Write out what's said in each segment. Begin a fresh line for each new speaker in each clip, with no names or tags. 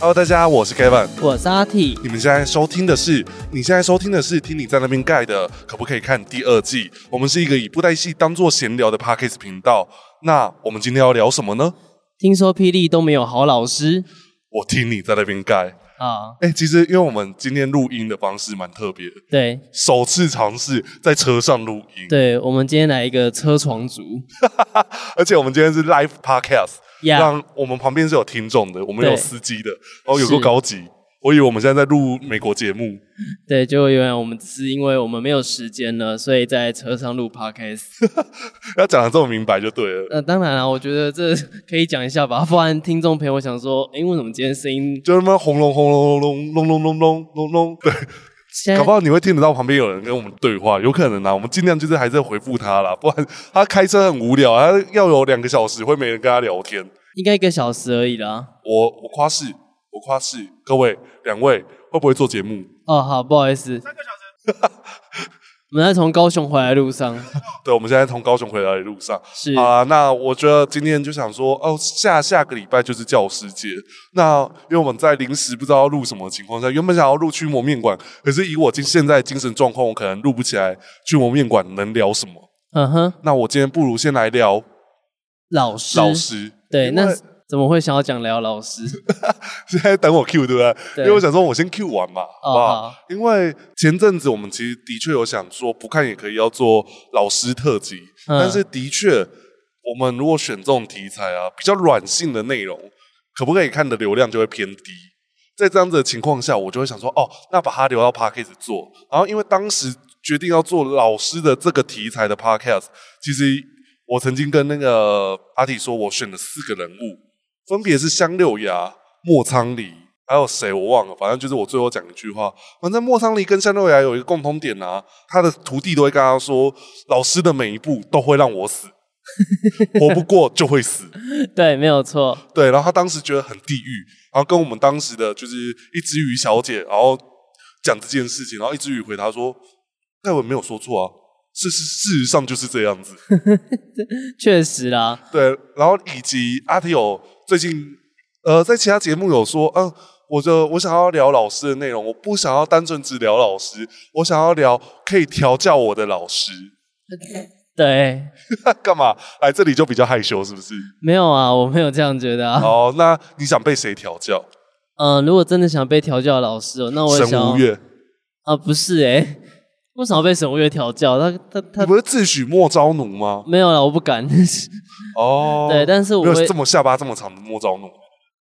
Hello，大家，我是 Kevin。
我是阿 T，
你们现在收听的是，你现在收听的是《听你在那边盖的可不可以看》第二季。我们是一个以布袋戏当做闲聊的 Podcast 频道。那我们今天要聊什么呢？
听说霹雳都没有好老师
我听你在那边盖。
啊，
哎、其实因为我们今天录音的方式蛮特别的，
对
首次尝试在车上录音。
对，我们今天来一个车床族，
而且我们今天是 live podcast，、
呀，
让我们旁边是有听众的，我们有
对
司机的，哦，有够
是
高级。我以为我们现在在录美国节目，
对，就原来我们只是因为我们没有时间了，所以在车上录 podcast。
要讲的这么明白就对了，
那、当然了、啊我觉得这可以讲一下吧，不然听众朋友想说，诶，为什么今天声音
就他妈轰隆轰隆隆隆隆隆隆隆隆，对，
现
搞不
在
好你会听得到旁边有人跟我们对话，有可能啊，我们尽量就是还在回复他啦，不然他开车很无聊，他要有两个小时会没人跟他聊天。
应该一个小时而已啦？
我我夸是，我夸是，各位两位会不会做节目？
哦，好，不好意思，三个小时。我们在从高雄回来路上，
对，我们现在从高雄回来的路上，
是
好啦，那我觉得今天就想说，哦，下下个礼拜就是教师节。那因为我们在临时不知道要录什么的情况下，原本想要录驱魔面馆，可是以我今现在的精神状况，我可能录不起来驱魔面馆能聊什么。
嗯哼，
那我今天不如先来聊
老师，
老师。
对，
因为
那怎么会想要讲聊老师？
现在等我 Q 对不对？因
对哦
为我想说，我先 Q 完嘛，好不好？
好
因为前阵子我们其实的确有想说，不看也可以要做老师特辑，
嗯
但是的确，我们如果选这种题材啊，比较软性的内容，可不可以看的流量就会偏低。在这样子的情况下，我就会想说，哦，那把它留到 podcast 做。然后，因为当时决定要做老师的这个题材的 podcast，其实我曾经跟那个阿弟说，我选了四个人物，分别是香六牙、莫仓里，还有谁我忘了，反正就是我最后讲一句话，反正莫仓里跟香六牙有一个共通点啊，他的徒弟都会跟他说，老师的每一步都会让我死，活不过就会死。
对，没有错。
对，然后他当时觉得很地狱，然后跟我们当时的就是一只鱼小姐，然后讲这件事情，然后一只鱼回答说：“戴文没有说错啊，事实事实上就是这样子。
确实啦，”
对，然后以及阿提有最近呃在其他节目有说，嗯，我的我想要聊老师的内容，我不想要单纯只聊老师，我想要聊可以调教我的老师。
对，
干嘛来这里就比较害羞是不是？
没有啊，我没有这样觉得啊。
哦，那你想被谁调教？
嗯、如果真的想被调教的老师哦，那我也
神
想
无
要
月，
啊，不是诶、为什么被沈无月调教？他他
你
他
不是自诩莫招奴吗？
没有了，我不敢。
哦，
对，但是我
没有
会
这么下巴这么长的莫招奴。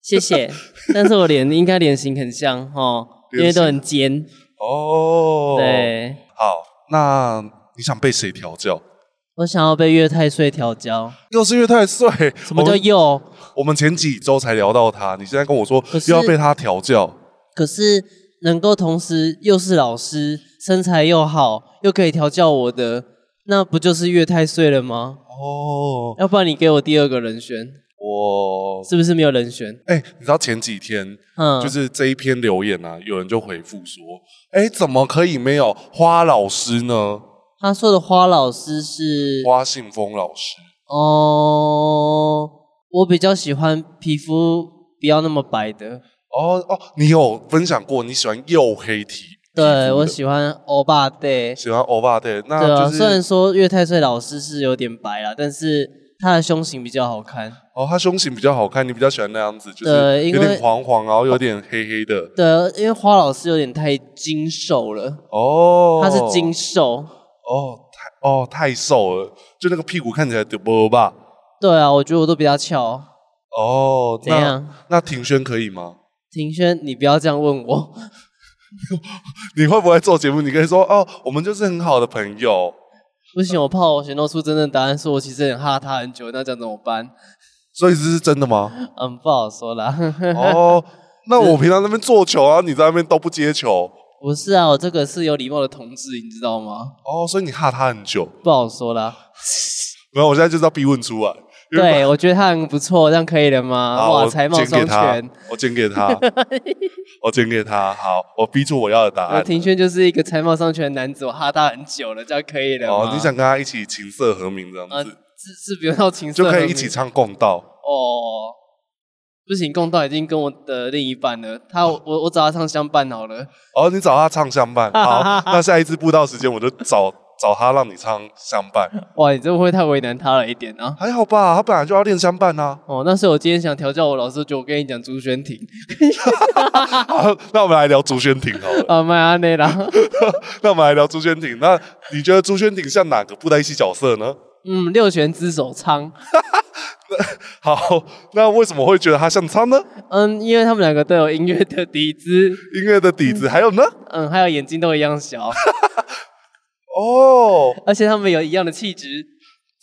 谢谢， 但是我脸应该脸型很像哦，因
脸
为
型
都很尖。
哦，，
对，
好，那你想被谁调教？
我想要被岳太岁调教。
又是岳太岁，
什
我
么叫
们
又？
我们前几周才聊到他，你现在跟我说
可是
又要被他调教，
可是能够同时又是老师，身材又好，又可以调教我的，那不就是岳太岁了吗？
哦，
要不然你给我第二个人选，
我，
是不是没有人选？
哎、你知道前几天
嗯，
就是这一篇留言啊，有人就回复说，哎、怎么可以没有花老师呢？
他说的花老师是
花信风老师，
哦，我比较喜欢皮肤不要那么白的，
哦哦，你有分享过你喜欢黝黑体，
对我
喜。
喜欢欧巴 day，
喜欢欧巴对，那
对啊，
就是、
虽然说岳太岁老师是有点白啦，但是他的胸型比较好看。
哦，他胸型比较好看，你比较喜欢那样子，就是
对因
有
为
点黄黄，然后有点黑黑的。
对，啊因为花老师有点太精瘦了，
哦，
他是精瘦。
哦，太哦太瘦了，就那个屁股看起来丢波吧。
对啊，我觉得我都比较翘。
哦，
怎
那
样？
那庭轩可以吗？
庭轩，你不要这样问我。
你会不会做节目？你可以说哦，我们就是很好的朋友。
不行，我怕我选露出真正答案，说我其实很哈他很久，那这样怎么办？
所以这是真的 吗？
嗯，不好说啦。
哦，那我平常那边做球啊，你在那边都不接球。
不是啊，我这个是有礼貌的同志，你知道吗？
哦，所以你哈他很久。
不好 说啦。
没有，我现在就是要逼问出来。因为
对，我觉得他很不错，这样可以了吗？
好，
啊哇，
我
才貌
剪给
双
他
全。，
我剪给 他，我剪给他。好，我逼出我要的答
我
案。
庭轩就是一个才貌双全的男子，我哈他很久了，这样可以了
哦，
吗？
你想跟他一起琴瑟和鸣这样
呃，
子，
是是不用到情
就
色
可
和
以一
鸣
起唱共道。
哦。不行，公道已经跟我的另一半了，他我我找他唱相伴好了。
哦，你找他唱相伴，好，那下一次布道时间我就找找他让你唱相伴，
哇，你这会不会太为难他了一点啊？
还好吧？他本来就要练相伴啊。
哦，那所以我今天想调教我老师，就我跟你讲朱轩庭
好，那我们来聊朱轩庭好了。
啊，麦阿内啦，
那我们来聊朱轩庭。那你觉得朱轩庭像哪个布袋戏角色呢？
嗯，六拳之手苍，
好，那为什么会觉得他像苍呢？
嗯，因为他们两个都有音乐的底子，
音乐的底子还有呢？
嗯，还有眼睛都一样小，
哦，
而且他们有一样的气质。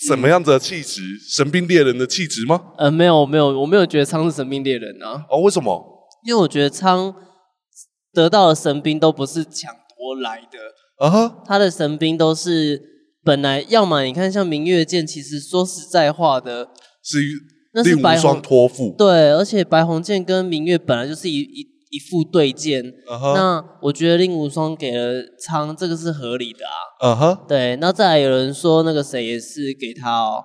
什么样子的气质？神兵猎人的气质吗？
嗯，没有我没有，我没有觉得苍是神兵猎人啊，
哦，为什么？
因为我觉得苍得到的神兵都不是抢夺来的，
啊哈，
他的神兵都是本来要么你看像明月剑，其实说实在话的，
是
那是
令
白
无双
虹
托付。
对，而且白虹剑跟明月本来就是一一一副对剑。
啊哈，
那我觉得令无双给了苍，这个是合理的啊。
啊哈，
对，那再来有人说那个谁也是给他哦，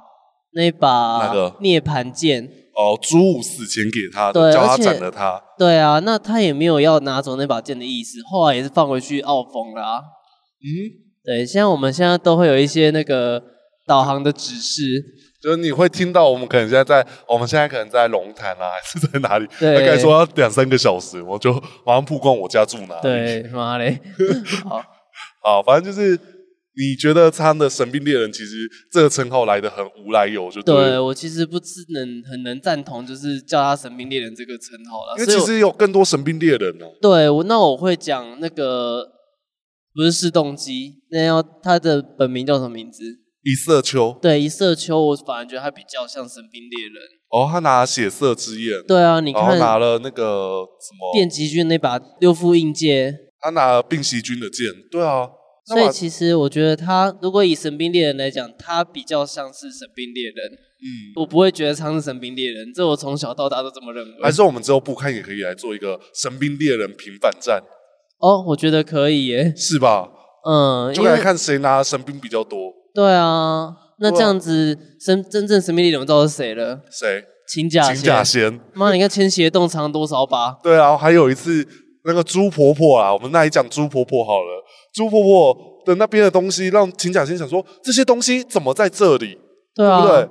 那一
哪个
把涅盘剑。
哦，朱武死前给他的，
对
叫他
而且
斩了他。
对啊，那他也没有要拿走那把剑的意思，后来也是放回去傲风了啊。
嗯，
对，现在我们现在都会有一些那个导航的指示，
就是你会听到我们可能现在在，我们现在可能在龙潭啊，还是在哪里？
对
大概说要两三个小时，我就马上曝光我家住哪里。，
对，妈嘞，好，
好，反正就是你觉得他的神兵猎人其实这个称号来的很无来由，就了
对我其实不是能很能赞同，就是叫他神兵猎人这个称号了，
因为
所以
其
我
实有更多神兵猎人呢、
对我那我会讲那个不是试动机，那要他的本名叫什么名字？
以色丘
对，一色秋，我反而觉得他比较像神兵猎人。
哦，他拿血色之焰，
对啊，你
然后拿
看
了哦那个什么，
电击军那把六副印戒，
他拿了并席军的剑，对啊，那
所以
把
其实我觉得他如果以神兵猎人来讲，他比较像是神兵猎人，
嗯，
我不会觉得苍是神兵猎人，这我从小到大都这么认为。
还是我们之后不看也可以来做一个神兵猎人平反战，
哦，我觉得可以耶，
是吧？
嗯，
就
因
来
为
看谁拿的神兵比较多，
对啊，那
对啊
这样子神真正神兵猎人我知道是谁了，
谁？
秦假
金甲仙。
妈，你看千邪洞藏多少把？
对啊，还有一次那个猪婆婆啊，我们那里讲猪婆婆好了，猪婆婆的那边的东西让秦甲仙想说这些东西怎么在这里，
对
对
啊，
不对？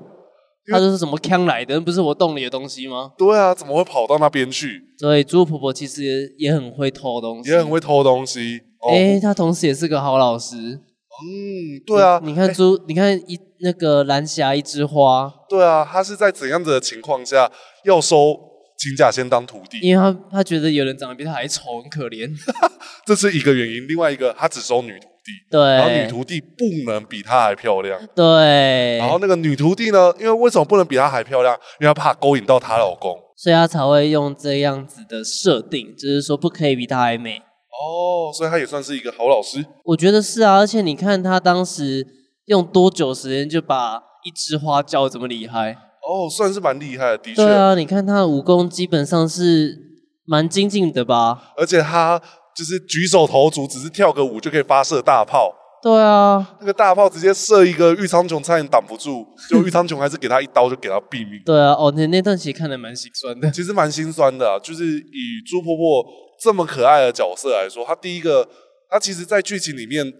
他就是怎么坑来的？不是我洞里的东西吗？
对啊，怎么会跑到那边去？
所以猪婆婆其实也很会偷东西，
也很。会偷东西。哦，
哎、她同时也是个好老师。
嗯，对啊，
你看猪，你看一那个蓝霞一枝花，
对啊，他是在怎样子的情况下要收秦假仙当徒弟？
因为她她觉得有人长得比她还丑，很可怜。
这是一个原因，另外一个他只收女徒弟，然后女
对，
徒弟不能比他还漂亮。
对，
然后那个女徒弟呢，因为为什么不能比她还漂亮？因为她怕勾引到她老公。
所以她才会用这样子的设定，就是说不可以比她还美。
哦，所以她也算是一个好老师。
我觉得是啊，而且你看她当时用多久时间就把一枝花教得这么厉害？
哦，算是蛮厉害的，的确。
对啊，你看他的武功基本上是蛮精进的吧？
而且她就是举手投足，只是跳个舞就可以发射大炮。
对啊，
那个大炮直接射一个玉苍穹，差点挡不住，就玉苍穹还是给他一刀就给他毙命。
对啊，哦，那那段其实看得蛮心 酸的。
其实蛮心酸的啊、就是以朱婆婆这么可爱的角色来说，她第一个，她其实，在剧情里面，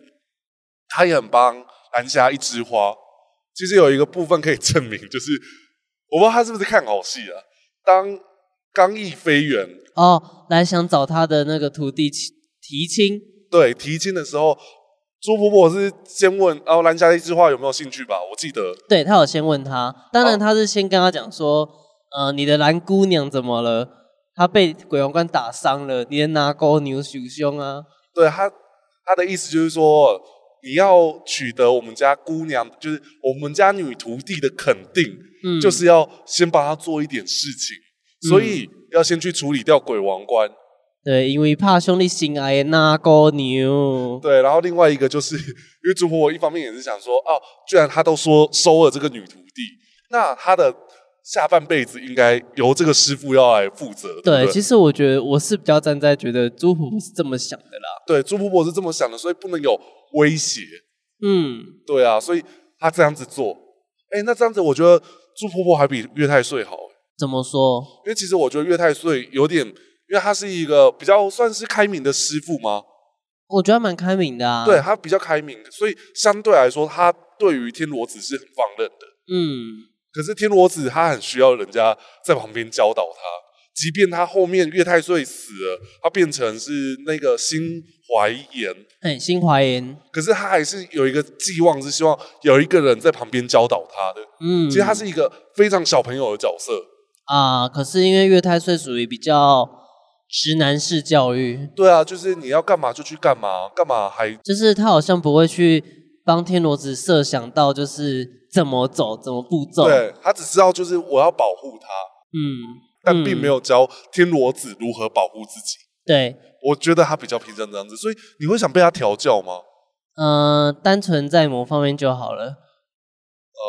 她也很帮蓝霞一枝花。其实有一个部分可以证明，就是我不知道她是不是看好戏啊。当刚毅飞远
哦，来想找他的那个徒弟提提亲，
对提亲的时候，朱婆婆是先问，哦，蓝霞一枝花有没有兴趣吧？我记得
对他有先问他，当
哦
然他是先跟他讲说，呃，你的蓝姑娘怎么了？她被鬼王关打伤了，你的拿勾牛受凶啊？
对他他的意思就是说，你要取得我们家姑娘，就是我们家女徒弟的肯定，
嗯，
就是要先帮她做一点事情，所以要先去处理掉鬼王关。
对，因为怕兄弟心爱的拿勾牛，
对，然后另外一个就是 因为朱婆婆一方面也是想说，哦，居然她都说收了这个女徒弟，那她的下半辈子应该由这个师傅要来负责，对不
对，
对？
其实我觉得我是比较站在觉得朱婆婆是这么想的啦，
对，朱婆婆是这么想的，所以不能有威胁。
嗯。
对啊，所以她这样子做，哎，那这样子我觉得朱婆婆还比岳太岁好。
怎么说？
因为其实我觉得岳太岁有点，因为他是一个比较算是开明的师傅嘛，
我觉得他蛮开明的啊。
对，他比较开明，所以相对来说，他对于天罗子是很放任的。
嗯，
可是天罗子他很需要人家在旁边教导他，即便他后面岳太岁死了，他变成是那个心怀炎，
哎，心怀炎，
可是他还是有一个寄望，是希望有一个人在旁边教导他的。
嗯，
其实他是一个非常小朋友的角色，
啊、可是因为月太岁属于比较直男式教育，
对啊，就是你要干嘛就去干嘛，干嘛还
就是他好像不会去帮天罗子设想到就是怎么走、怎么步骤。，
对他只知道就是我要保护他，
嗯，
但并没
有、
有教天罗子如何保护自己。
对，
我觉得他比较偏向这样子，所以你会想被他调教吗？
呃，单纯在某方面就好了。
呃，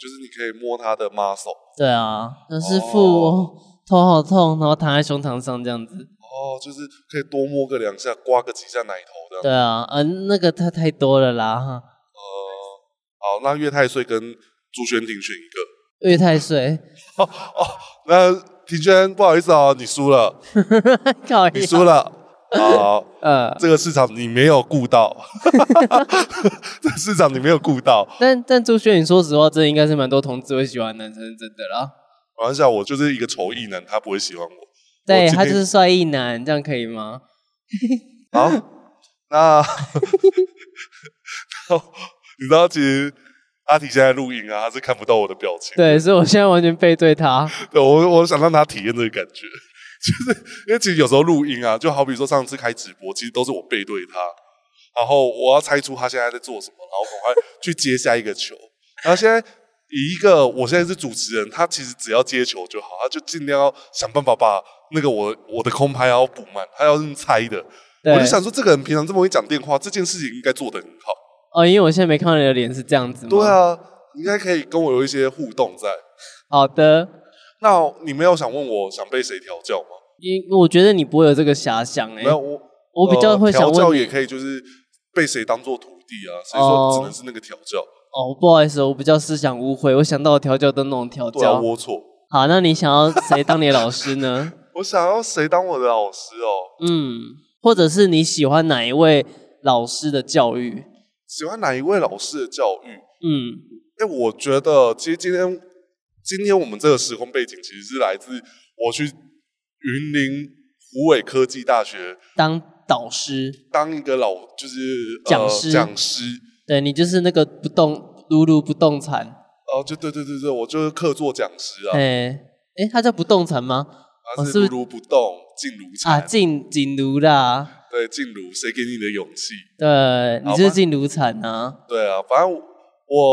就是你可以摸他的 muscle，
对啊，但是父、
哦
头好痛，然后躺在胸膛上这样子。
哦，就是可以多摸个两下，刮个几下奶头这样。
对啊，呃，那个太太多了啦。
呃，好，那岳太岁跟朱轩庭选一个。
月太岁，
那庭轩，不好意思啊，你输了，
靠
你输了。好，
呃，
这个市场你没有顾到， 这个市场你没有顾到。
但但朱轩，你说实话，这应该是蛮多同志会喜欢的男生，真的啦。
玩笑，我就是一个丑艺男，他不会喜欢我。
对，
我今
他就
天
是帅一男，这样可以吗？
好，那 然后你知道，其实阿体现在录音啊，他是看不到我的表情。
对，所以我现在完全背对他。
对，我我想让他体验这个感觉， 就是因为其实有时候录音啊，就好比说上次开直播，其实都是我背对他，然后我要猜出他现在在做什么，然后赶快去接下一个球。然后现在以一个我现在是主持人，他其实只要接球就好，他就尽量要想办法把那个我我的空拍要补满，他要用猜的。
对
我就想说，这个人平常这么会讲电话，这件事情应该做得很好。
哦，因为我现在没看到你的脸是这样子吗？
对。啊，应该可以跟我有一些互动在。
好的，
那你没有想问我想被谁调教吗？
因我觉得你不会有这个遐想哎、
没有，我
我比较会想
呃调教
问你、
也可以，就是被谁当做徒弟啊？谁说只能是那个调教？
哦，不好意思，我比较思想误会，我想到我调教的那种调
对啊，
教。
龌龊。
好，那你想要谁当你的老师呢？
我想要谁当我的老师哦？
嗯，或者是你喜欢哪一位老师的教育？
喜欢哪一位老师的教育？
嗯，
哎，我觉得其实今天今天我们这个时空背景其实是来自我去云林湖北科技大学
当导师，
当一个老就是、呃、
讲师
讲师。
对你就是那个不动如如不动产。
哦，就对对对对，我就是客座讲师啊
哎、，哎，他叫不动产吗？
他
哦是
是如
不是
如不动，静如
啊，
禅，
静静如啦。
对，静如，谁给你的勇气？
对，你
好
就是
吧
进炉产啊。
对啊，反正我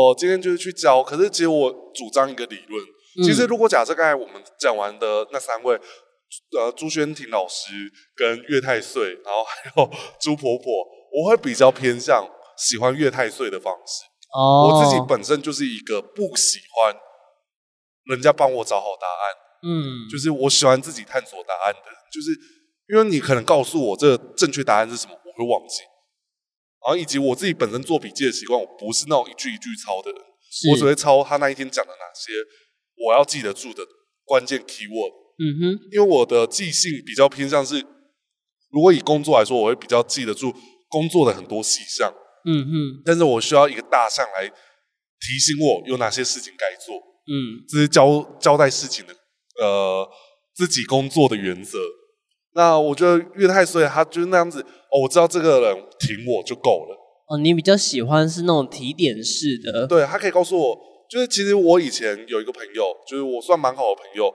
我今天就是去教，可是其实我主张一个理论。
嗯
其实如果假设刚才我们讲完的那三位，呃，朱轩婷老师跟岳太岁，然后还有朱婆婆，我会比较偏向喜欢岳太岁的方式。
哦，
我自己本身就是一个不喜欢人家帮我找好答案，
嗯，
就是我喜欢自己探索答案的，就是因为你可能告诉我这个正确答案是什么，我会忘记。然后以及我自己本身做笔记的习惯，我不是那种一句一句抄的人，
是
我只会抄他那一天讲的哪些我要记得住的关键 keyword。
嗯哼，
因为我的记性比较偏向是，如果以工作来说，我会比较记得住工作的很多细项，
嗯哼，
但是我需要一个大项来提醒我有哪些事情该做。
嗯
这是交交代事情的呃自己工作的原则。那我觉得岳太岁他就是那样子，哦，我知道这个人挺我就够了。
哦，你比较喜欢是那种提点式的，
对他可以告诉我，就是其实我以前有一个朋友，就是我算蛮好的朋友，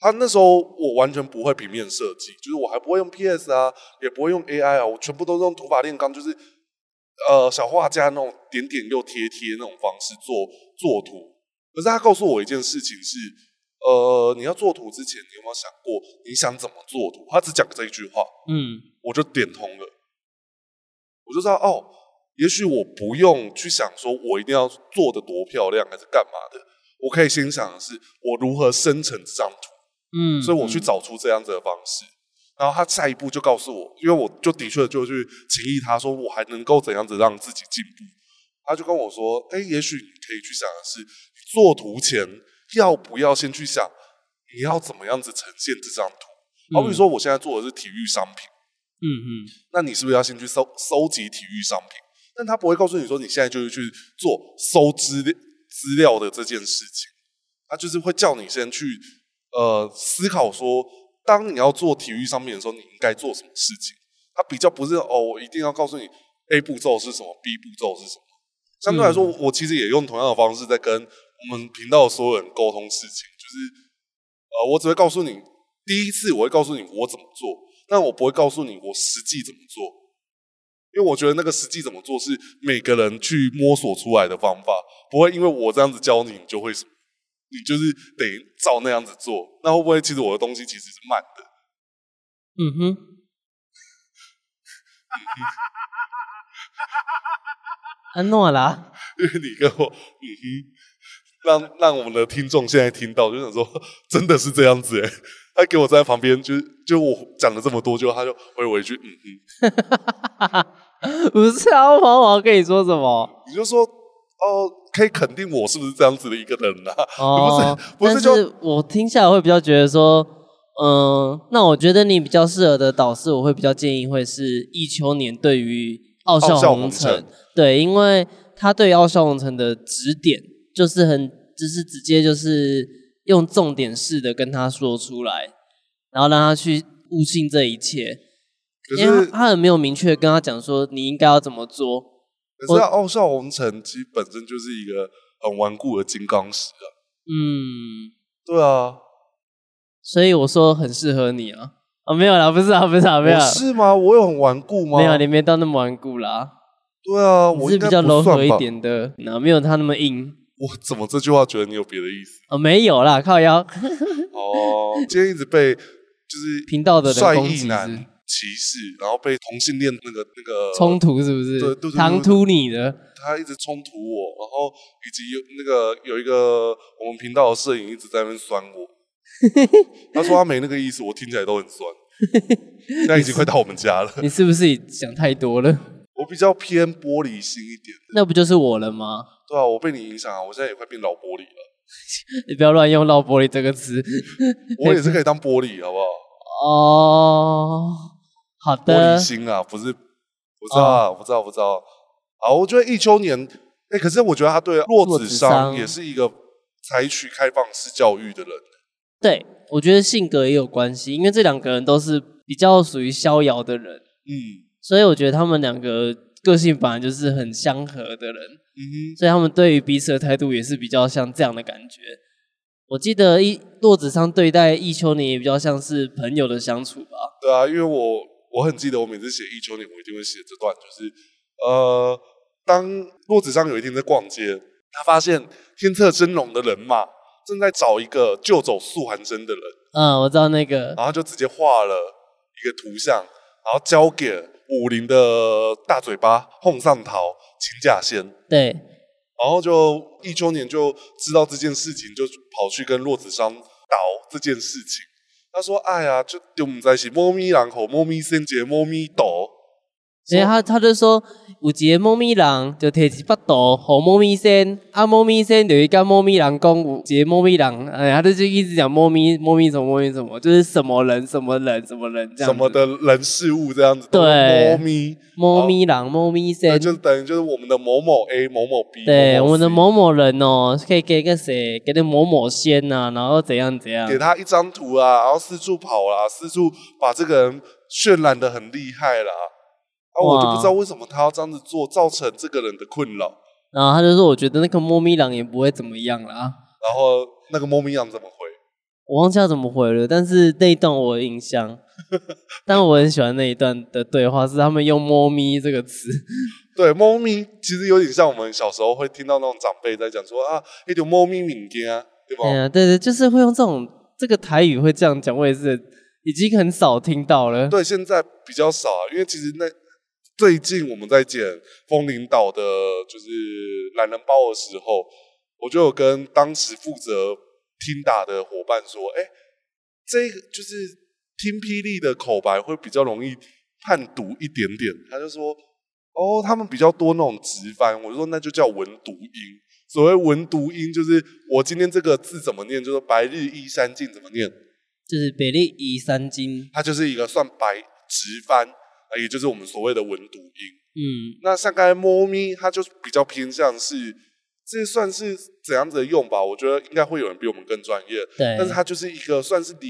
他那时候我完全不会平面设计，就是我还不会用 PS 啊，也不会用 AI 啊，我全部都是用土法炼钢，就是呃小画家那种点点又贴贴那种方式做做图。可是他告诉我一件事情是，呃，你要做图之前，你有没有想过你想怎么做图？他只讲这一句话，
嗯
我就点通了，我就知道哦，也许我不用去想说我一定要做的多漂亮还是干嘛的，我可以先想的是我如何生成这张图，
嗯，
所以我去
嗯，
找出这样子的方式。然后他下一步就告诉我，因为我就的确就去请意他说我还能够怎样子让自己进步。他就跟我说，哎，也许你可以去想的是，你做图前要不要先去想你要怎么样子呈现这张图？好比说，我现在做的是体育商品，
嗯嗯，
那你是不是要先去搜搜集体育商品？但他不会告诉你说，你现在就是去做搜资料资料的这件事情，他就是会叫你先去呃思考说，当你要做体育商品的时候，你应该做什么事情？他比较不是哦，我一定要告诉你 A 步骤是什么，B 步骤是什么。相对来说，我其实也用同样的方式在跟我们频道的所有人沟通事情，就是呃，我只会告诉你第一次，我会告诉你我怎么做，但我不会告诉你我实际怎么做，因为我觉得那个实际怎么做是每个人去摸索出来的方法，不会因为我这样子教你，你就会什么，你就是得照那样子做。那会不会其实我的东西其实是慢的？
嗯哼， 安诺啦，
因为你跟我，嗯哼，让让我们的听众现在听到，就想说真的是这样子哎、他给我站在旁边，就是就我讲了这么多，就他就回我一句嗯哼，
不是啊，我我要跟你说什么？
你就说哦，可以肯定我是不是这样子的一个人啊？
哦，
不是
但
就是
我听下来会比较觉得说，嗯、那我觉得你比较适合的导师，我会比较建议会是易秋年对于奥校
奥校
红
红
尘
尘，
对，因为他对于奥校红尘的指点就是很，就是直接就是用重点式的跟他说出来，然后让他去悟性这一切，
可
因为
是
他他很没有明确跟他讲说你应该要怎么做，
可是奥少红尘其实本身就是一个很顽固的金刚石啊，
嗯，
对啊，
所以我说很适合你啊。啊，没有啦，不是啊，不是啊，没有
我
啦，
是吗？我有很顽固吗？
没有，你没到那么顽固啦，
对啊，
你
我
是
应该
比较
不
柔
算
和一
吧。
点的，那没有他那么硬
我怎么这句话觉得你有别的意思？
啊、哦，没有啦，靠腰
哦，今天一直被就是
频道的人
帅
攻击
意
是
男歧视，然后被同性恋那个那个
冲，突是不
对
是
对对？对
唐突你的，
他一直冲突我，然后以及有那个有一个我们频道的摄影一直在那边酸 我，他说他没那个意思，我听起来都很酸。现在已经快到我们家了，
你是不是想太 多了？
我比较偏玻璃心一点，
那不就是我了吗？
对啊，我被你影响啊，我现在也快变老玻璃了，
你不要乱用“绕玻璃”这个词
我也是可以当玻璃，好不好？
哦。好
玻
的
璃，心啊，不是，不知道啊，不知道，不知道。啊，我觉得易秋年，哎、可是我觉得他对
弱
弱
智
智
商
商也是一个采取开放式教育的人，
对我觉得性格也有关系，因为这两个人都是比较属于逍遥的人，
嗯
所以我觉得他们两个个性本来就是很相合的人。
嗯哼，
所以他们对于彼此的态度也是比较像这样的感觉。我记得一落子上对待易秋年也比较像是朋友的相处吧。
对啊，因为我我很记得我每次写易秋年，我一定会写这段，就是呃，当弱智商有一天在逛街，他发现天策真龙的人马正在找一个救走素寒真的人。
嗯，我知道那个，
然后就直接画了一个图像，然后交给武林的大嘴巴哄上桃秦假仙，
对，
然后就易秋年就知道这件事情，就跑去跟洛子商导这件事情。他说：“哎呀，就丢我们在一起，猫咪狼口，猫咪生节，猫咪斗。
所以他他就说，有一个猫咪人就摕一把刀给猫咪先，啊猫咪先就会跟猫咪人讲有一个猫咪人，哎，他就就一直讲猫咪猫咪什么猫咪什么，就是什么人什么人什么人这样
什
子
么的人事物这样子，都
对
是猫咪，
猫咪人猫咪
对，
先，
哦就等于就是我们的某某 A、某某 B，
对，我们的
C
某某人哦，可以给个谁，给点某某仙呐、然后怎样怎样，
给他一张图啊，然后四处跑啦，四处把这个人渲染的很厉害啦。啊，
哇
我就不知道为什么他要这样子做，造成这个人的困扰。
然后他就说，我觉得那个猫咪狼也不会怎么样啦。
然后那个猫咪羊怎么回？
我忘记他怎么回了，但是那一段我有印 象。但我很喜欢那一段的对话，是他们用“猫咪”这个词。
对，猫咪其实有点像我们小时候会听到那种长辈在讲说啊，一条猫咪敏感啊，对吧
对？啊，对对，就是会用这种这个台语会这样讲，我也是已经很少听到了。
对，现在比较少啊，因为其实那最近我们在剪风铃岛的，就是懒人包的时候，我就有跟当时负责听打的伙伴说，哎、这个就是听霹雳的口白会比较容易判读一点点。他就说，哦，他们比较多那种直翻，我就说那就叫文读音，所谓文读音，就是我今天这个字怎么念，就是白日依山尽怎么念，
就是北利夷三经，
它就是一个算白直翻，呃也就是我们所谓的文读音。
嗯，
那像刚才猫咪，它就是比较偏向是，这算是怎样子的用法？我觉得应该会有人比我们更专业，
对，
但是它就是一个算是俚，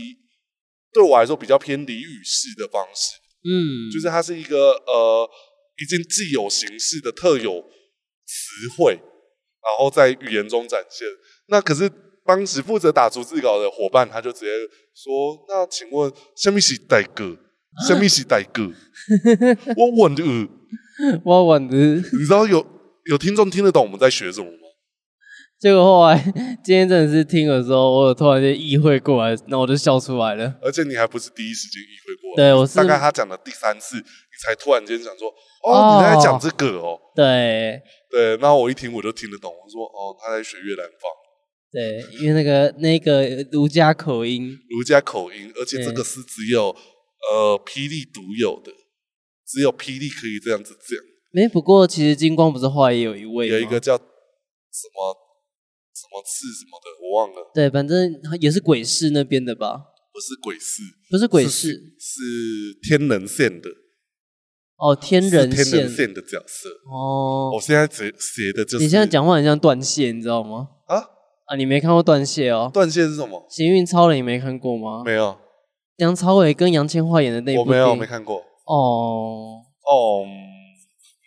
对我来说比较偏俚语式的方式，
嗯，
就是它是一个呃已经既有形式的特有词汇，然后在语言中展现。那可是当时负责打逐字稿的伙伴，他就直接说：“那请问什么是代歌？什么是代歌？”我问呃。
我玩的。
你知道有有听众听得懂我们在学什么吗？
结果后来今天真的是听的时候，我有突然间意会过来，那我就笑出来了。
而且你还不是第一时间意会过来，
对，我是
大概他讲的第三次，你才突然间想说，
哦
哦，你在讲这个哦，
对
对。那我一听我就听得懂，我说哦，他在学越南话、
对，因为那个那个儒家口音，
儒家口音，而且这个
对
是只有呃霹雳独有的，只有霹雳可以这样子讲。
哎，不过其实金光不是后来也有一位吗
有一个叫什么什么刺什么的，我忘了，
对，反正也是鬼市那边的吧？
不是鬼市，
不是鬼
是
市
是天能线的，
哦，天人
是天
线
能线的角色。
哦
我。现在只写的就是
你现在讲话很像断线，你知道吗？
啊，
啊，你没看过断线哦？
断线是什么？
行运超人你没看过吗？
没有，
梁朝伟跟杨千嬅演的那
我
部
没
电
有
影
没。看过。
哦，
哦，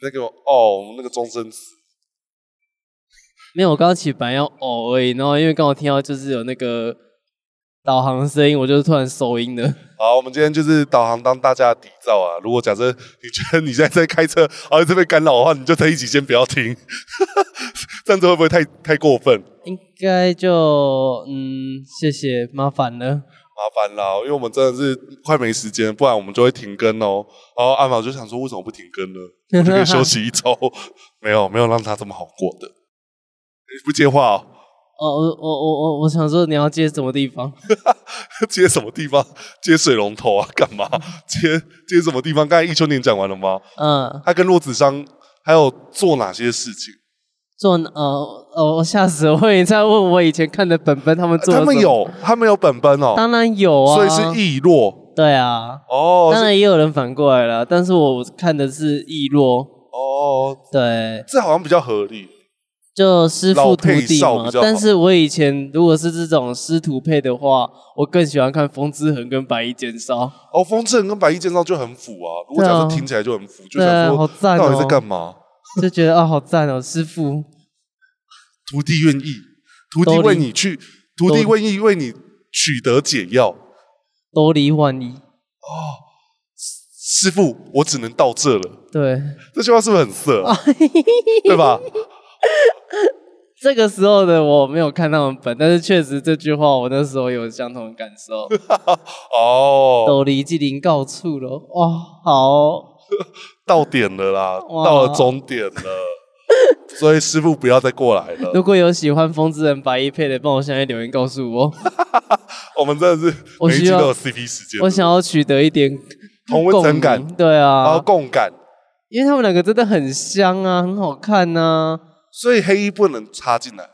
那个哦，那个终身死
没有，我刚刚其实本来要哦而已，然后因为刚好听到就是有那个导航的声音，我就突然收音了。
好，我们今天就是导航当大家的底噪啊。如果假设你觉得你现在在开车，而、啊、这被干扰的话，你就这一集先不要听， 这样子会不会太太过分？
应该就嗯，谢谢，麻烦了。
麻烦啦，因为我们真的是快没时间，不然我们就会停更哦。然后阿毛就想说，为什么不停更呢？我就可以休息一周。没有，没有让他这么好过的。你不接话、哦。
哦，我我我我我想说你要接什么地方？
接什么地方？接水龙头啊？干嘛？接接什么地方？刚才易秋年讲完了吗？
嗯，
他跟骆子商还有做哪些事情？
做呃哦，我吓死我！你在问我以前看的本本他们做了
啊他们
什么，
有，他们有本本哦，
当然有啊，
所以是易落
对啊，
哦，
当
是
然也有人反过来了，但是我看的是易洛，
哦，
对，
这好像比较合理。
就师傅徒
老配
弟
少
嘛
比较。好
但是我以前如果是这种师徒配的话，我更喜欢看风之痕跟白衣剑少。
哦，风之痕跟白衣剑少就很符啊，如果假设听起来就很符，就
对啊
想，说
好赞
到底在
哦
干，嘛？
就觉得啊，好赞哦，师傅。
徒弟愿意，徒弟
都理
为你去，徒弟
都
愿意为你取得解药。
多里万一，
师傅，我只能到这了。
对，
这句话是不是很色 啊？对吧？
这个时候的我没有看他们本，但是确实这句话我那时候有相同的感 受。
哦，
斗离即临告处了，哇，好哦
到点了啦，
哇
到了终点 了，所以师傅不要再过来了。
如果有喜欢风之痕白衣配的，帮我下面留言告诉我，
我们真的是
我
每一
需
集
要
都有 CP 时间，
我想要取得一点
同温层感
共鸣对
然后
啊，
共感，
因为他们两个真的很香啊，很好看呐、啊。
所以黑衣不能插进来。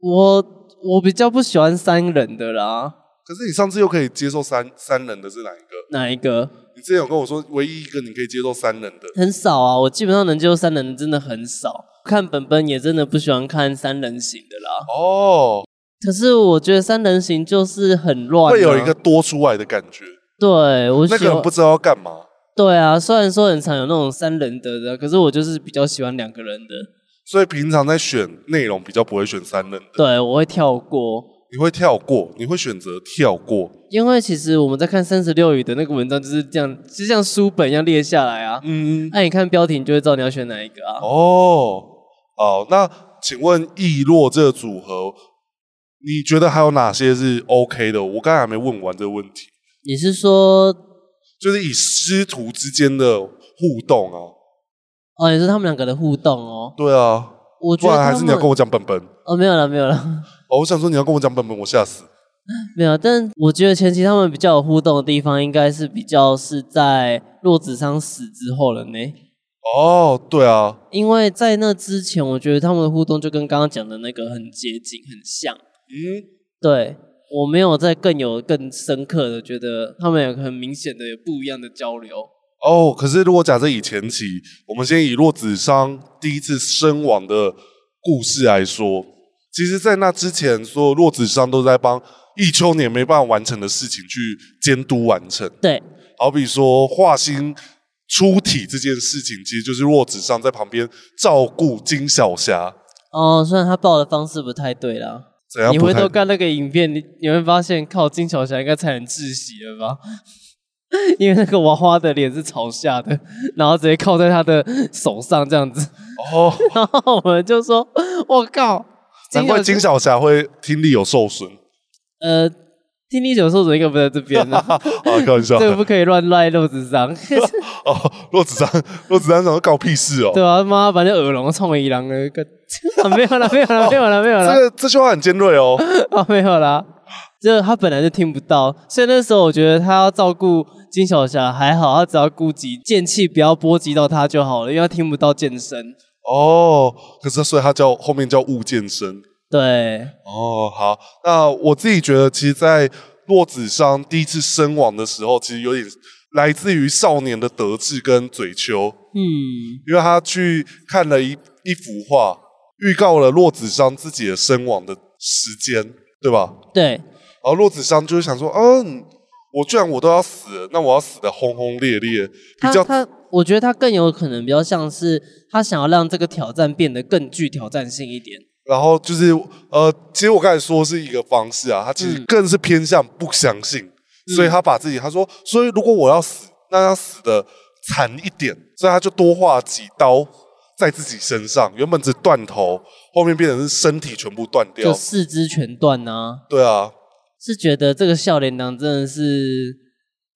我我比较不喜欢三人的啦，
可是你上次又可以接受三三人的是哪一个？
哪一个
你之前有跟我说，唯一一个你可以接受三人的，
很少啊？我基本上能接受三人的真的很少。看本本也真的不喜欢看三人行的啦，
哦，
可是我觉得三人行就是很乱、啊，
会有一个多出来的感觉，
对我喜
那个人
欢
不知道要干嘛，
对啊，虽然说很常有那种三人的的，可是我就是比较喜欢两个人的，
所以平常在选内容比较不会选三人的，
对我会跳过。
你会跳过，你会选择跳过，
因为其实我们在看三十六语的那个文章就是这样，就像书本一样列下来啊。
嗯，
那、你看标题，你就会知道你要选哪一个啊。
哦，哦，那请问易洛这个组合，你觉得还有哪些是 OK 的？我刚才还没问完这个问题，
你是说，
就是以师徒之间的互动啊，
哦，你说他们两个的互动哦？
对啊，
我觉
不
得
然
他
还是你要跟
们
我讲本本。
哦，没有了，没有了，
哦，我想说你要跟我讲本本，我吓死。
没有。但我觉得前期他们比较有互动的地方，应该是比较是在洛子商死之后了呢。
哦，对啊，
因为在那之前，我觉得他们的互动就跟刚刚讲的那个很接近，很像。
嗯，
对我没有再更有更深刻的觉得他们有很明显的有不一样的交流。
哦，可是如果假设以前期，我们先以洛子商第一次身亡的故事来说，其实，在那之前，所有洛子商都在帮弈秋年没办法完成的事情去监督完成。
对，
好比说画心出体这件事情，其实就是洛子商在旁边照顾金小霞，
哦，虽然他报的方式不太对啦，
怎样
你
不
回
太
头看那个影片，你你会发现，靠金小霞应该才能窒息了吧？ 因为那个娃娃的脸是朝下的，然后直接靠在他的手上这样子，
哦，
然后我们就说：“我靠！”
难怪金小霞会听力有受 损
呃，听力九受损应该不在这边呢、
啊！开玩笑
这，个不可以乱赖肉子上。
哦，洛子章， 洛子章想说搞屁事哦。
对啊，妈，把那耳聋冲一狼了，个 啊没有啦，没有啦，没有啦，没有
这
啦，
个这句话很尖锐哦，
啊没有啦，就他本来就听不到，所以那时候我觉得他要照顾金小霞还好，他只要顾及剑气不要波及到他就好了，因为他听不到剑声。
哦，可是所以他叫后面叫物件生
对，
哦。好，那我自己觉得，其实，在洛子商第一次身亡的时候，其实有点来自于少年的得志跟嘴丘。
嗯，
因为他去看了一一幅画，预告了洛子商自己的身亡的时间，对吧？
对，
然后洛子商就是想说，嗯，我居然我都要死了，那我要死的轰轰烈烈，比
他
较
他，我觉得他更有可能比较像是他想要让这个挑战变得更具挑战性一点。
然后就是呃，其实我刚才说是一个方式啊，他其
嗯
实更是偏向不相信，所以他把自己他说，所以如果我要死，那要死的惨一点，所以他就多划几刀在自己身上，原本只断头，后面变成是身体全部断掉
就，四肢全断啊，
对啊，
是觉得这个笑脸党真的是，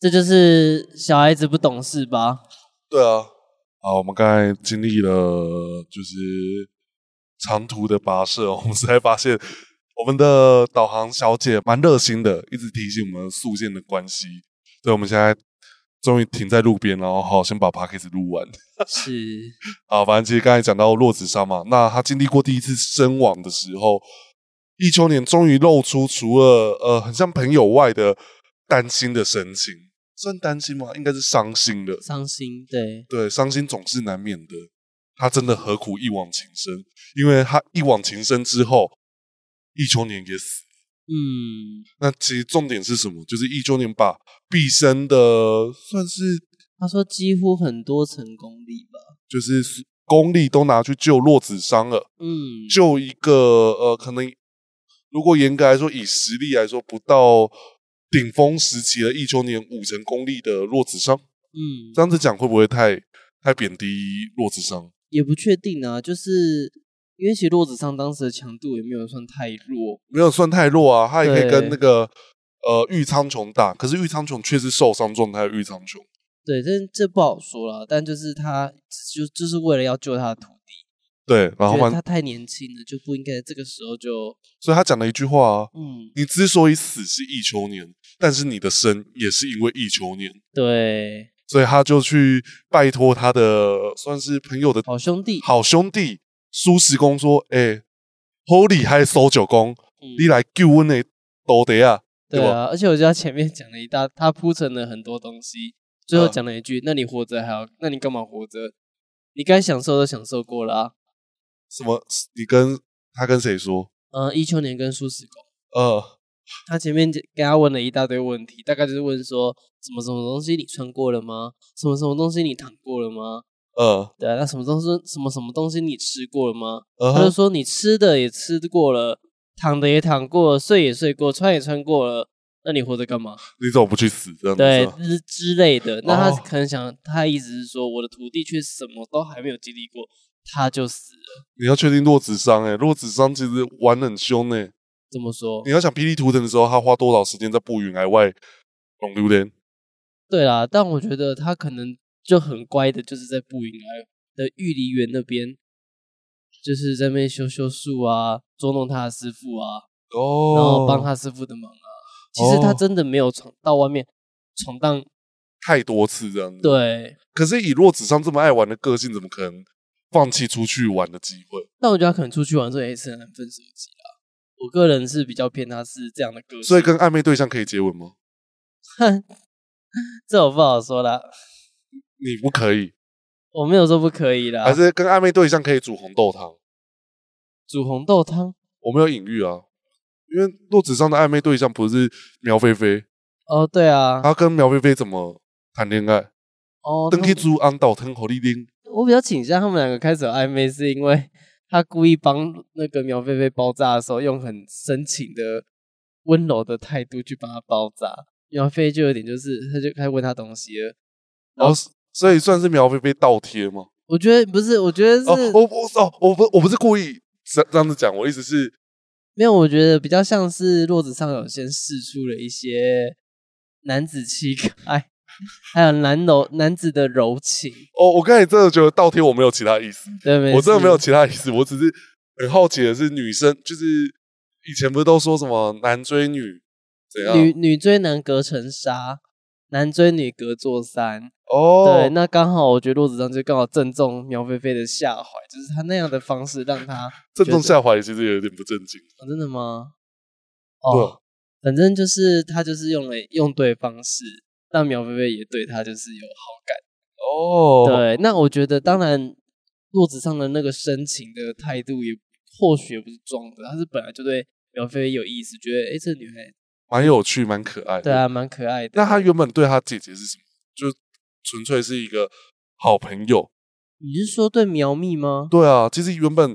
这就是小孩子不懂事吧？
对啊。好，我们刚才经历了就是长途的跋涉， 我们才发现我们的导航小姐蛮热心的，一直提醒我们宿线的关系。所以我们现在终于停在路边，然后好好先把 p a c k a g e 录完。
是，
啊，反正其实刚才讲到洛子商嘛，那他经历过第一次身亡的时候，一秋年终于露出除了呃很像朋友外的担心的神情，算担心吗？应该是伤心的。
伤心，对，
对，伤心总是难免的。他真的何苦一往情深？因为他一往情深之后，易秋年也死。
嗯，
那其实重点是什么？就是易秋年把毕生的算是
他说几乎很多成功例吧，
就是功力都拿去救洛子商了，
嗯，
救一个呃，可能如果严格来说，以实力来说，不到顶峰时期的易秋年五成功力的洛子商。
嗯，
这样子讲会不会太太贬低洛子商？
也不确定啊，就是因为其实洛子上当时的强度也没有算太弱，
没有算太弱啊，他也可以
对
跟那个呃玉苍穹打，可是玉苍穹却是受伤状态的玉苍穹。
对，这这不好说啦，但就是他就就是为了要救他的徒弟，
对，然后
觉得他
完，
太年轻了，就不应该这个时候就，
所以他讲了一句话啊：
嗯，
你之所以死是忆秋年，但是你的生也是因为忆秋年。
对，
所以他就去拜托他的算是朋友的
好兄弟，
好兄弟苏时公说：“哎、好厉害，苏九公，
嗯
你来救我的徒弟啊！”对
对
吧
啊，而且我觉得他前面讲了一大， 他铺陈了很多东西，最后
嗯
讲了一句：“那你活着还要，那你干嘛活着？你该享受都享受过了啊。
什么？你跟他跟谁说？”
嗯，一秋年跟苏时公，
呃，
他前面跟他问了一大堆问题，大概就是问说什么什么东西你穿过了吗？什么什么东西你躺过了吗？
呃，
对啊，那什么东西什么什么东西你吃过了吗？
呃
他就说你吃的也吃过了，躺的也躺过了，睡也睡过，穿也穿过了，那你活着干嘛？
你怎么不去死？这样子是
对
吧
之之类的。那
哦
他可能想，他的意思是说，我的徒弟却什么都还没有经历过，他就死了。
你要确定洛子商哎、欸，洛子商其实玩得很凶哎、
这么说
你，要想霹雳图腾的时候，他花多少时间在布云崖外弄榴莲？
对啦，但我觉得他可能就很乖的，就是在不应该的玉梨园那边，就是在那边修修树啊，捉弄他的师傅啊，
哦，
然后帮他师傅的忙啊。其实他
哦
真的没有闯到外面闯荡
太多次这样子。
对，
可是以若子上这么爱玩的个性，怎么可能放弃出去玩的机会？
但我觉得他可能出去玩之后也是很难分手机啦。我个人是比较偏他是这样的个性，
所以跟暧昧对象可以接吻吗？
这我不好说啦，
你不可以，
我没有说不可以啦。
还是跟暧昧对象可以煮红豆汤？
煮红豆汤
我没有隐喻啊，因为若子上的暧昧对象不是苗菲菲，
哦，对啊，
他跟苗菲菲怎么谈恋爱？
哦，
登
他
去租安岛藤口丽丁，
我比较倾向他们两个开始有暧昧，是因为他故意帮那个苗菲菲包扎的时候，用很深情的、温柔的态度去帮她包扎。苗菲菲就有点就是，他就开始问他东西了。
然后哦所以算是苗菲菲倒贴吗？
我觉得不是，我觉得是、
哦，我我哦，我不我不是故意这这样子讲，我意思是
没有，我觉得比较像是落子上有先试出了一些男子气概， 还有男柔男子的柔情。
哦，我刚才真的觉得倒贴我没有其他意思，
对，没
我真的没有
事
其他意思，我只是很好奇的是女生就是以前不是都说什么男追女怎
女
样？
女追男隔层纱，男追女隔座山。对，
哦，
那刚好我觉得骆子章就刚好正中苗菲菲的下怀，就是他那样的方式让他
正中
觉得、
下怀其实有点不正经。
哦真的吗？
对啊
哦，反正就是他就是用了用对方式，让苗菲菲也对他就是有好感。
哦，
对，那我觉得当然骆子上的那个深情的态度也或许也不是装的，他是本来就对苗菲菲有意思，觉得诶这女孩
蛮有趣，蛮可爱的。
对啊蛮可爱的。
那他原本对他姐姐是什么？就纯粹是一个好朋友。
你是说对苗蜜吗？
对啊，其实原本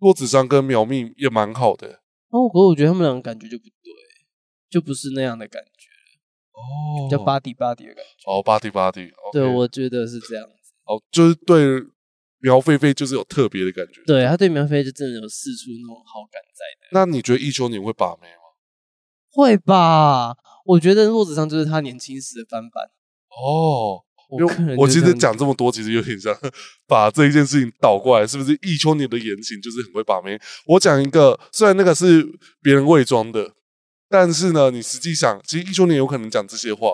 骆子章跟苗蜜也蛮好的。
哦，可我觉得他们两个感觉就不对，就不是那样的感觉。
哦
叫巴迪巴迪的感觉。
哦，巴蒂巴蒂，
对，
OK
我觉得是这样子。
哦，就是对苗菲菲就是有特别的感觉。
对他对苗菲就真的有试出那种好感在的，
那你觉得一秋年会把妹吗？
会吧？我觉得落子上就是他年轻时的翻版。
哦，
我
因
个人
为我
就
其
这
实
样
讲这么多，其实有点像把这一件事情倒过来，是不是？易秋年的言行就是很会把妹。我讲一个，虽然那个是别人伪装的，但是呢，你实际想，其实易秋年有可能讲这些话。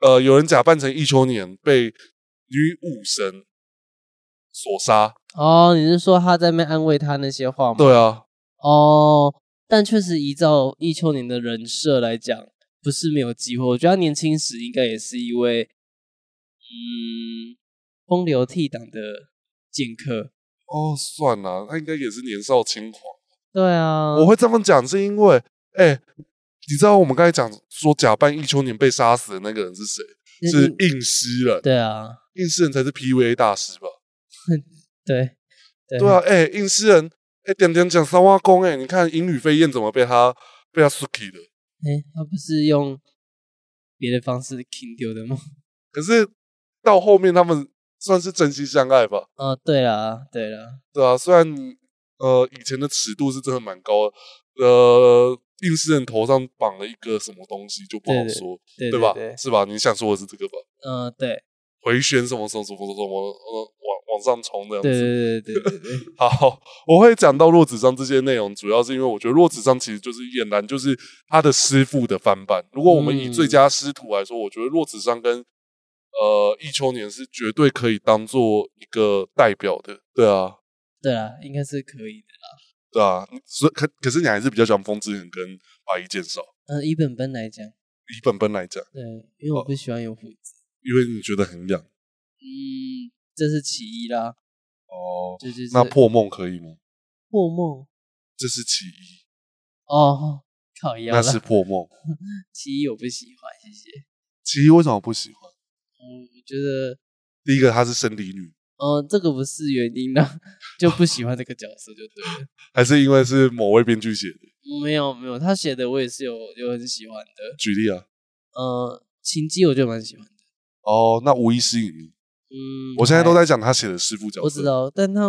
呃，有人假扮成易秋年被女武神所杀，
哦，你是说他在那边安慰他那些话吗？
对啊，
哦，但确实依照易秋年的人设来讲，不是没有机会。我觉得他年轻时应该也是一位，嗯，风流倜傥的剑客。
哦，算了，他应该也是年少轻狂。
对啊，
我会这么讲是因为，哎、你知道我们刚才讲说假扮易秋年被杀死的那个人是谁？
那
是
你
应诗人，
嗯对啊，
应诗人才是 PVA 大师吧？
对对
对啊，哎、应诗人，哎、点点讲三挖公，哎，你看英语飞燕怎么被他被他 suki 的？
哎、他不是用别的方式 king 丢的吗？
可是到后面他们算是真心相爱吧？
哦，对啦，对啦，
对啊，虽然你呃以前的尺度是真的蛮高的，呃，应诗人头上绑了一个什么东西就不好
对对
说，
对
吧？
对，
是吧？你想说的是这个吧？
嗯、对，
回旋什么什么什么什么什么呃往往上冲这样
对
子。
对对对对对对，
好，我会讲到洛子章这些内容，主要是因为我觉得洛子章其实就是俨然就是他的师傅的翻版。如果我们以
嗯
最佳师徒来说，我觉得洛子章跟呃易秋年是绝对可以当做一个代表的。对啊，
对啦，应该是可以的。
对啊，你所以可可是你还是比较喜欢风之痕跟白衣剑少。
嗯、以本本来讲，
以本本来讲，
对，因为
哦
我不喜欢有胡子，
因为你觉得很痒
嗯，这是其一啦，
哦，
这就是
那破梦可以吗？
破梦
这是其一，
哦，靠腰
那
啦，
是破梦。
其一我不喜欢，谢谢。
其一为什么不喜欢？
嗯，我觉得，
第一个她是生理女，
嗯、这个不是原因啦，就不喜欢这个角色就对了。
还是因为是某位编剧写的？
没有没有，他写的我也是有有很喜欢的，
举例啊，
呃，秦姬我就蛮喜欢的。
哦，那无疑是你。
嗯，
我现在
还
都在讲他写的师傅角色。
我知。道，但他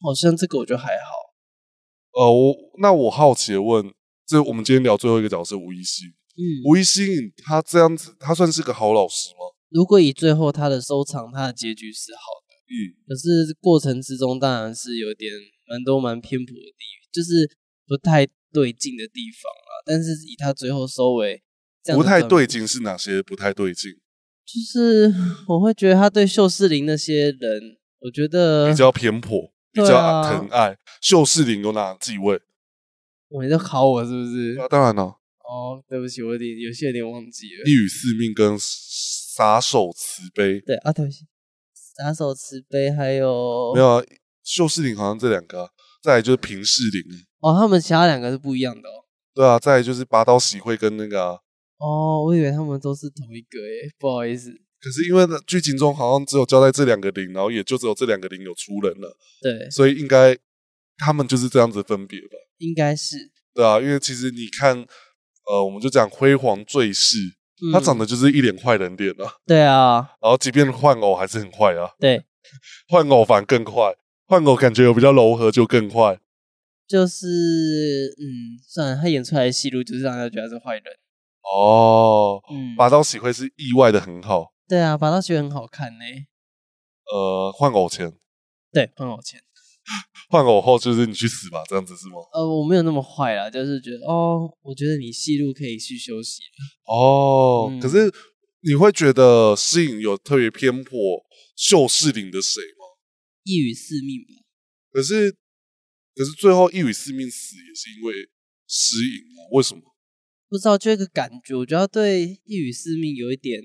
好像这个我就还好。
呃，我那我好奇的问，这我们今天聊最后一个角色无疑是你
嗯，
无疑是你，他这样子，他算是个好老师吗？
如果以最后他的收场，他的结局是好的，
嗯，
可是过程之中当然是有点蛮多蛮偏颇的地，就是不太对劲的啊地方啦。但是以他最后收尾，这样
不
的
太
转
对劲是哪些不太对劲？
就是我会觉得他对秀士林那些人，我觉得
比较偏颇，比
嗯对
较
啊
疼爱。秀士林有哪几位？
我你在考我是不是？
那当然了，
哦，对不起，我有点有些有点忘记了。
一语四命跟撒手慈悲，
对啊，对不起，打手慈悲还有
没有啊？秀士林好像这两个啊、再来就是平士林，欸
哦，他们其他两个是不一样的哦。
对啊，再来就是拔刀喜会跟那个、啊。
哦，我以为他们都是同一个诶，不好意思。
可是因为呢剧情中好像只有交代这两个零，然后也就只有这两个零有出人了，
对，
所以应该他们就是这样子分别吧？
应该是。
对啊，因为其实你看，呃，我们就讲辉煌最是，他长
得
得就是一脸坏人脸啊，
嗯对啊，
然后即便换偶还是很坏啊，
对，
换偶反而更坏，换偶感觉有比较柔和就更坏，
就是嗯，算了，他演出来的戏路就是让人家觉得他是坏人。
哦，
嗯，
拔刀喜会是意外的很好，
对啊，把刀学很好看呢、
呃，换偶前，
对，很好钱。
换偶后就是你去死吧，这样子是吗？
呃，我没有那么坏啦，就是觉得哦，我觉得你戏路可以去休息了。
哦，
嗯
可是你会觉得诗颖有特别偏颇秀士林的谁吗？
一语四命吧。
可是，可是最后一语四命死也是因为诗颖啊？为什么？
不知道就有一个感觉，我觉得他对一语四命有一点，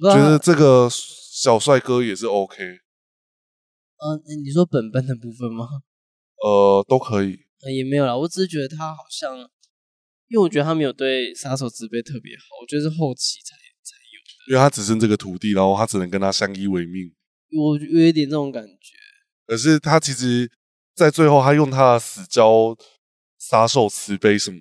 不知
觉
道
得
他
这个小帅哥也是 OK，
呃，你说本本的部分吗？
呃，都可以。
呃，也没有啦，我只是觉得他好像，因为我觉得他没有对杀手慈悲特别好，我觉得是后期才才有，
因为他只剩这个徒弟，然后他只能跟他相依为命。
我有一点这种感觉。
可是他其实，在最后他用他的死交杀兽慈悲什么，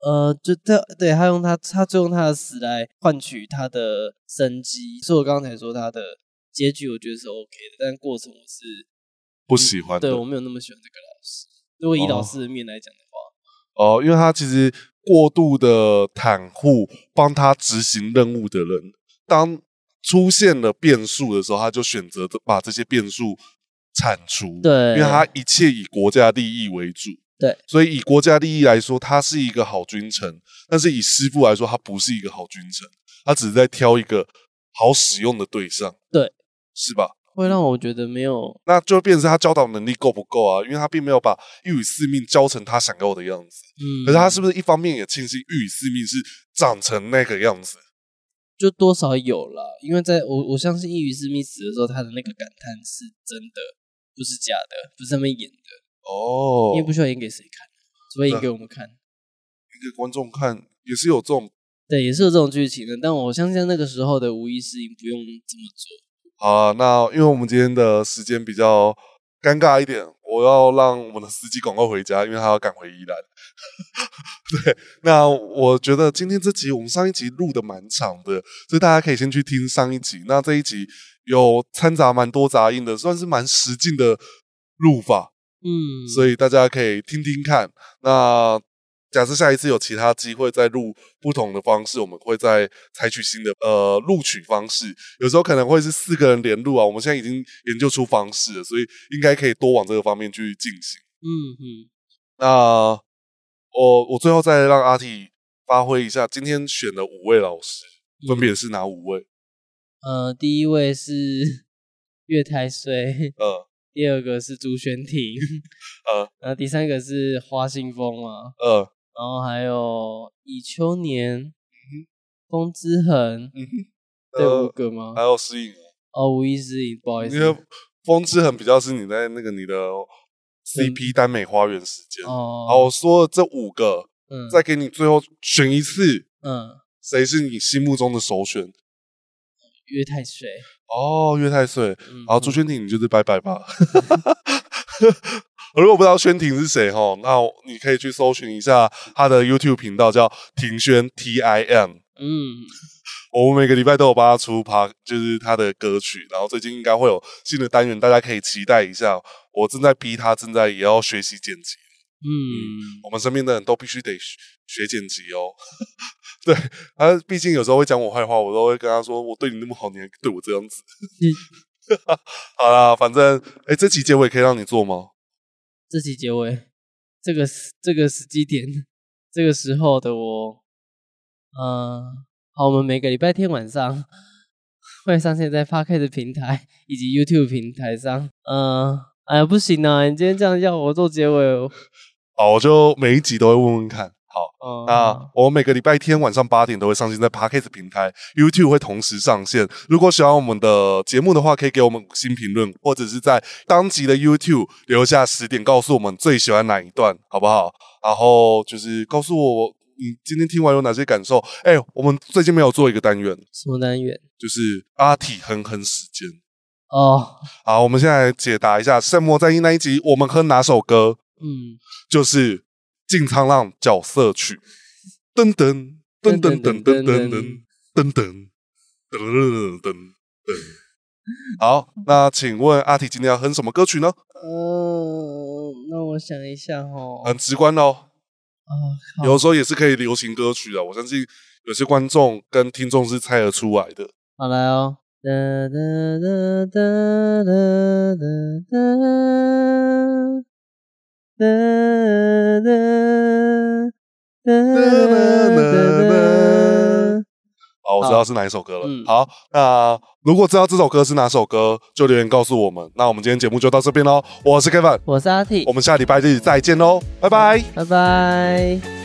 呃，就他对他用他他就用他的死来换取他的生机，所以我刚才说他的结局我觉得是 OK 的，但过程我是
不喜欢的。
嗯对我没有那么喜欢这个老师。如果以老
哦
师的面来讲的话，
哦、因为他其实过度的袒护帮他执行任务的人，当出现了变数的时候，他就选择把这些变数铲除。
对
因为他一切以国家利益为主。
对，
所以以国家利益来说，他是一个好君臣；但是以师傅来说，他不是一个好君臣，他只是在挑一个好使用的对象。
对，
是吧？
会让我觉得没有
那就变成他教导能力够不够啊？因为他并没有把一语四命教成他想要的样子。
嗯，
可是他是不是一方面也庆幸玉宇四命是长成那个样子？
就多少有啦，因为在我我相信伊于斯密死的时候，他的那个感叹是真的，不是假的，不是他们演的，
哦
因为不需要演给谁看，除非演给我们看。
给观众看也是有这种
对，也是有这种剧情的，但我相信那个时候的无意识应不用这么做。
啊。那因为我们今天的时间比较尴尬一点，我要让我们的司机赶快回家，因为他要赶回宜兰。 对，那我觉得今天这集我们上一集录的蛮长的，所以大家可以先去听上一集。那这一集有掺杂蛮多杂音的，算是蛮实劲的录法。
嗯，
所以大家可以听听看。那假设下一次有其他机会再录不同的方式，我们会再采取新的呃录取方式。有时候可能会是四个人连录啊，我们现在已经研究出方式了，所以应该可以多往这个方面去进行。
嗯嗯，
那我我最后再让阿 T 发挥一下，今天选的五位老师分别是哪五位？
呃，第一位是 月太岁，
呃
第二个是朱轩庭，
呃
然后第三个是花信风嘛，
呃，
然后还有以秋年、风之痕，
嗯
这五
呃，
个吗？
还有适应。
哦，无意识影，不好意思
因。为风之痕比较是你在那个你的 CP 耽美花园时间。好，
嗯哦，
我说了这五个，
嗯，
再给你最后选一次，
嗯，
谁是你心目中的首选？
约太岁，
哦，岳太岁。
嗯，
好，朱轩婷，你就是拜拜吧。 如果不知道轩婷是谁哈，那你可以去搜寻一下他的 YouTube 频道，叫庭轩 T I M。
嗯，
我们每个礼拜都有帮他出趴，就是他的歌曲，然后最近应该会有新的单元，大家可以期待一下。我正在逼他，正在也要学习剪辑。
嗯嗯，
我们身边的人都必须得学学剪辑哦。 对，他毕竟有时候会讲我坏话，我都会跟他说：“我对你那么好，你还对我这样子。
嗯”
好啦，反正哎，这期结尾可以让你做吗？
这期结尾，这个时这个时机点，这个时候的我，嗯、好，我们每个礼拜天晚上会上线在 p o d c a s t 平台以及 YouTube 平台上。嗯、哎呀，不行啊！你今天这样要我做结尾，我
好，我就每一集都会问问看。好，
嗯、
那啊我每个礼拜天晚上八点都会上线在 Podcast 平台，YouTube 会同时上线。如果喜欢我们的节目的话，可以给我们五星评论，或者是在当集的 YouTube 留下十点，告诉我们最喜欢哪一段，好不好？然后就是告诉我你今天听完有哪些感受。哎、我们最近没有做一个单元，
什么单元？
就是阿体哼哼时间。
哦，
好，我们现在来解答一下《圣魔战役》那一集，我们哼哪首歌？
嗯，
就是《进苍浪角色曲》，噔噔噔噔噔噔噔噔噔噔噔噔噔。好，那请问阿提今天要哼什么歌曲呢？
呃，那我想一下哦。
很直观哦，
啊、靠
有时候也是可以流行歌曲的。我相信有些观众跟听众是猜得出来的。
好来哦。哒哒哒哒哒哒哒哒哒哒哒哒。
好，我知道是哪一首歌了。
嗯
好，那如果知道这首歌是哪首歌，就留言告诉我们。那我们今天节目就到这边喽。我是 Kevin，
我是阿 T，
哦我们下礼拜日再见喽，拜拜。
拜拜。